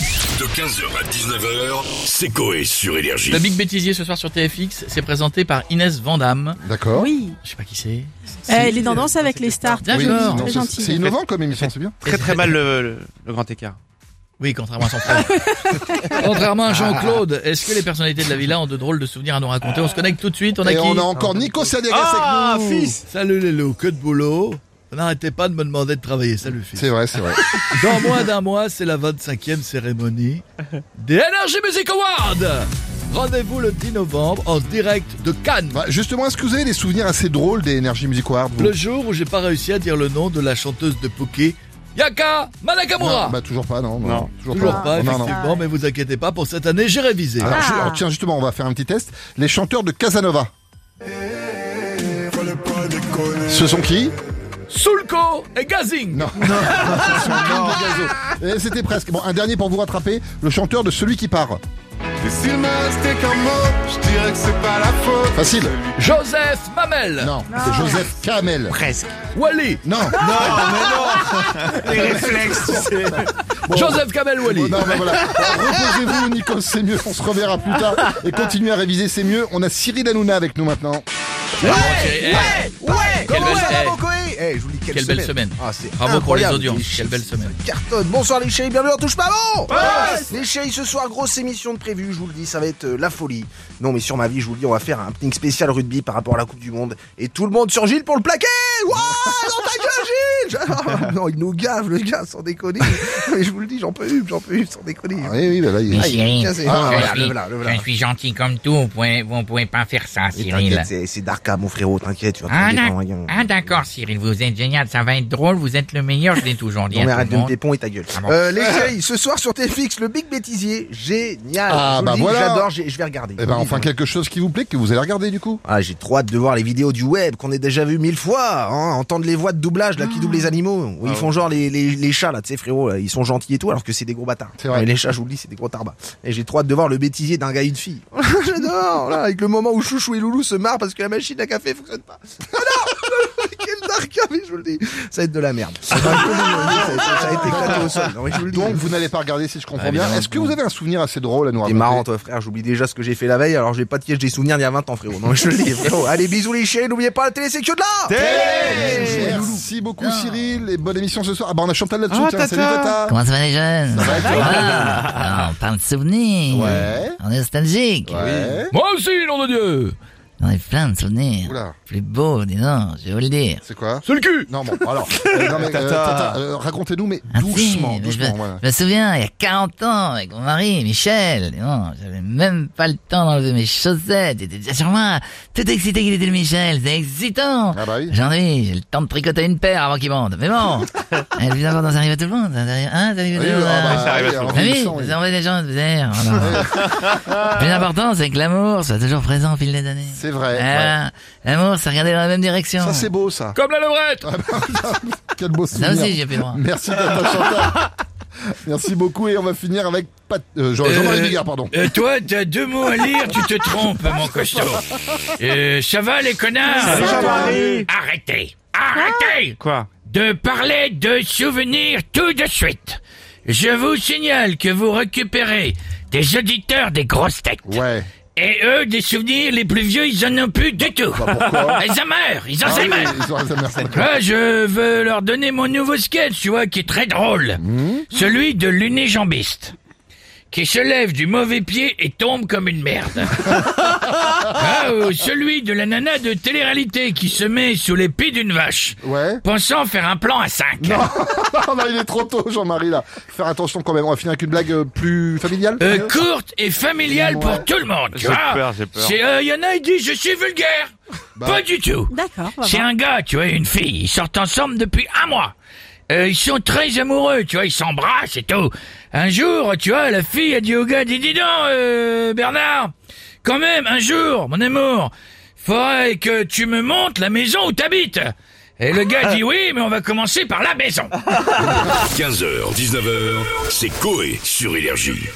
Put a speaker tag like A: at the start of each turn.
A: De 15h à 19h, c'est Coé sur Énergie.
B: Le Big Bêtisier ce soir sur TFX, c'est présenté par Inès Vandamme.
C: D'accord.
D: Oui,
B: Je sais pas qui c'est.
D: Euh, elle est dans Danse avec les stars.
B: Bien
D: Oui,
B: sûr.
D: c'est
C: non,
D: très
C: c'est-
D: gentil.
C: C'est innovant comme émission, c'est bien.
E: Très très mal le, le- le grand écart.
B: Oui, contrairement à son frère. contrairement à Jean-Claude, est-ce que les personnalités de la villa ont de drôles de souvenirs à nous raconter On se connecte tout de suite, on a
C: Et
B: qui
C: on a encore Nico Sadiagas
E: Ah,
C: avec nous.
E: fils
B: Salut les loups, que de boulot N'arrêtez pas de me demander de travailler, salut fils.
C: C'est vrai, c'est vrai.
B: Dans moins d'un mois, c'est la 25e cérémonie des Energy Music Awards Rendez-vous le 10 novembre en direct de Cannes.
C: Bah, justement, est-ce que vous avez des souvenirs assez drôles des Energy Music Awards vous
B: Le jour où j'ai pas réussi à dire le nom de la chanteuse de Poké, Yaka Manakamura
C: Non, Bah toujours pas, non.
E: Non.
C: toujours,
B: Toujours pas,
C: Ah. Non, Ah. non.
B: effectivement, mais vous inquiétez pas, pour cette année, j'ai révisé.
C: Alors, je- alors, tiens, justement, on va faire un petit test. Les chanteurs de Casanova. Ce sont qui
B: Soulko et Gazing
C: Non. Eh, C'était presque. Bon, un dernier pour vous rattraper. Le chanteur de Celui qui part.
F: S'il me restait qu'un mot, je dirais que c'est pas la faute.
C: Facile.
B: Joseph Mamel
C: Non. C'est Joseph Kamel.
E: Presque.
B: Wally
C: Non.
E: Les réflexes, tu sais.
C: Bon. bah,
B: Joseph Kamel Wally
C: Bon, non, mais voilà. Alors, Reposez-vous, Nikos, c'est mieux. On se reverra plus tard. Et continuez à réviser, c'est mieux. On a Cyril Hanouna avec nous maintenant.
B: Eh, Quelle belle- eh,
F: je vous dis quelle,
B: quelle belle semaine.
F: Ah, c'est
B: Bravo pour les
F: incroyable.
B: audiences.
F: chiffres,
B: Quelle belle semaine.
F: ça Cartonne. Bonsoir les chéris, bienvenue, on touche pas bon Les chéris, ce soir, grosse émission de prévue, je vous le dis, ça va être euh, la folie. Non, mais sur ma vie, je vous le dis, on va faire un ping spécial rugby par rapport à la Coupe du Monde. Et tout le monde sur Gilles pour le plaquer Ouah, dans ta gueule, Gilles Non, il nous gave, le gars, sans déconner. Mais je vous le dis, j'en peux une, j'en peux une, sans déconner.
C: Ah, oui, oui, bah là, il
G: Oui,
C: est...
G: Cyril.
F: Tiens, c'est-
C: Ah,
F: Ah,
G: je,
F: voilà,
G: suis,
F: le voilà, le voilà.
G: je suis gentil comme tout, vous pouvez, vous pouvez pas faire ça,
F: Mais
G: Cyril.
F: t'inquiète, c'est- C'est Darka, mon frérot, t'inquiète, tu vas
G: Ah,
F: te
G: d'ac-
F: rendre compte.
G: ah, d'accord, Cyril, vous êtes génial, ça va être drôle, vous êtes le meilleur, je l'ai toujours dit
F: Non mais
G: à
F: arrête
G: tout
F: de
G: le
F: me
G: monde.
F: péponner ta gueule.
G: Ah bon
F: Euh, les chéris, ce soir sur TFX, le Big Bêtisier, génial.
C: Ah,
F: Je vous
C: bah
F: le dis,
C: voilà.
F: J'adore, j'ai- je vais regarder.
C: Eh ben, enfin, quelque chose qui vous plaît, que vous allez regarder du coup.
F: Ah, j'ai trop hâte de voir les vidéos du web qu'on a déjà vues mille fois, hein, entendre les voix de doublage là qui doublent les animaux. Où ils font genre les, les, les chats là, tu sais frérot, là, ils sont gentils et tout alors que c'est des gros bâtards.
C: C'est vrai.
F: Ouais, les chats, je vous le dis, c'est des gros tarbas. Et j'ai trop hâte de voir le bêtisier d'un gars et une fille. J'adore, là, avec le moment où Chouchou et Loulou se marrent parce que la machine à café fonctionne pas. Ah non Quel dark mais je vous le dis, ça va être de la merde. Ça va être éclaté au sol. Non, mais je vous le dis.
C: Donc, vous n'allez pas regarder si je comprends
B: Ah,
C: bien.
B: évidemment.
C: Est-ce que vous avez un souvenir assez drôle à nous
F: T'es
C: raconter
F: marrant toi frère, j'oublie déjà ce que j'ai fait la veille, alors j'ai pas de piège des souvenirs d'il y a 20 ans frérot. Non, je le dis frérot. Allez bisous les chiens, n'oubliez pas la télé, c'est que de là
C: Eh, Merci beaucoup, Cyril. Et bonne émission ce soir. Ah, bah, on a Chantal là-dessus.
E: Ah,
C: tiens. Salut,
E: Tata.
C: Tata.
G: Comment ça va les jeunes
C: va, et toi
G: Ah, On parle de souvenirs,
C: Ouais.
G: on est nostalgique,
C: Ouais.
B: Moi aussi, nom de Dieu
G: on est plein de souvenirs.
C: Oula.
G: Plus beau, dis donc, je vais vous le dire.
C: C'est quoi
B: C'est le cul
C: Non, bon, alors. euh, non, mais, euh,
E: Tata.
C: Tata, euh, racontez-nous, mais
G: Ah, si,
C: doucement,
G: mais
C: doucement.
G: Je, me-
C: voilà.
G: je me souviens, il y a 40 ans, avec mon mari, Michel, et bon, j'avais même pas le temps d'enlever mes chaussettes, j'étais déjà sur moi, tout excité qu'il était le Michel, c'est excitant
C: Ah, bah oui.
G: J'en ai, j'ai le temps de tricoter une paire avant qu'il monte, mais bon Eh, Le plus important, ça arrive à tout le monde, ça arrive, hein, ça arrive
C: Oui,
G: à tout le monde
C: ah, bah,
E: ça arrive à
C: oui,
E: tout le
C: en
E: monde.
G: Ah oui,
C: vieillissant, oui.
G: vous envoyez des gens de l'air. Le plus important, c'est que l'amour soit toujours présent au fil des années.
C: C'est vrai. ouais.
G: Ah, L'amour, c'est regarder dans la même direction.
C: Ça, c'est beau, ça.
B: Comme la levrette
C: Quel beau
G: Ça
C: souvenir.
G: aussi, j'ai plus droit.
C: Merci Tata Chantal. Merci beaucoup et on va finir avec Pat... euh, Jean- Jean-Marie
B: Euh,
C: Bigard, pardon.
B: Euh, toi, t'as deux mots à lire, tu te trompes, mon costaud. Euh, ça va, les connards Arrêtez Arrêtez
E: Quoi
B: de parler de souvenirs tout de suite. Je vous signale que vous récupérez des auditeurs des grosses têtes.
C: Ouais.
B: Et eux, des souvenirs, les plus vieux, ils en ont plus du tout.
C: pourquoi
B: Ils en meurent, ils en
C: Ah oui,
B: s'émeurent.
C: ils ont raison, merci.
B: Là, je veux leur donner mon nouveau sketch, tu vois, qui est très drôle. Celui de l'unijambiste. Qui se lève du mauvais pied et tombe comme une merde. Ah, ou celui de la nana de télé-réalité qui se met sous les pieds d'une vache.
C: Ouais.
B: Pensant faire un plan à 5.
C: Ah non, il est trop tôt, Jean-Marie, là. Faire attention quand même. On va finir avec une blague euh, plus familiale.
B: Euh, courte et familiale
C: Ouais.
B: pour tout le monde.
E: J'ai
B: tu vois.
E: peur, j'ai peur.
B: C'est, euh, y en a, ils disent, je suis vulgaire.
C: Bah.
B: Pas du tout.
D: D'accord. on va
B: C'est
D: voir.
B: un gars, tu vois, et une fille. Ils sortent ensemble depuis un mois. Euh, ils sont très amoureux, tu vois, ils s'embrassent et tout. Un jour, tu vois, la fille a dit au gars, dis, dis donc, euh, Bernard, quand même, un jour, mon amour, faudrait que tu me montes la maison où t'habites. Et le gars dit, oui, mais on va commencer par la maison.
A: 15h, 19h, c'est Coé sur Énergie.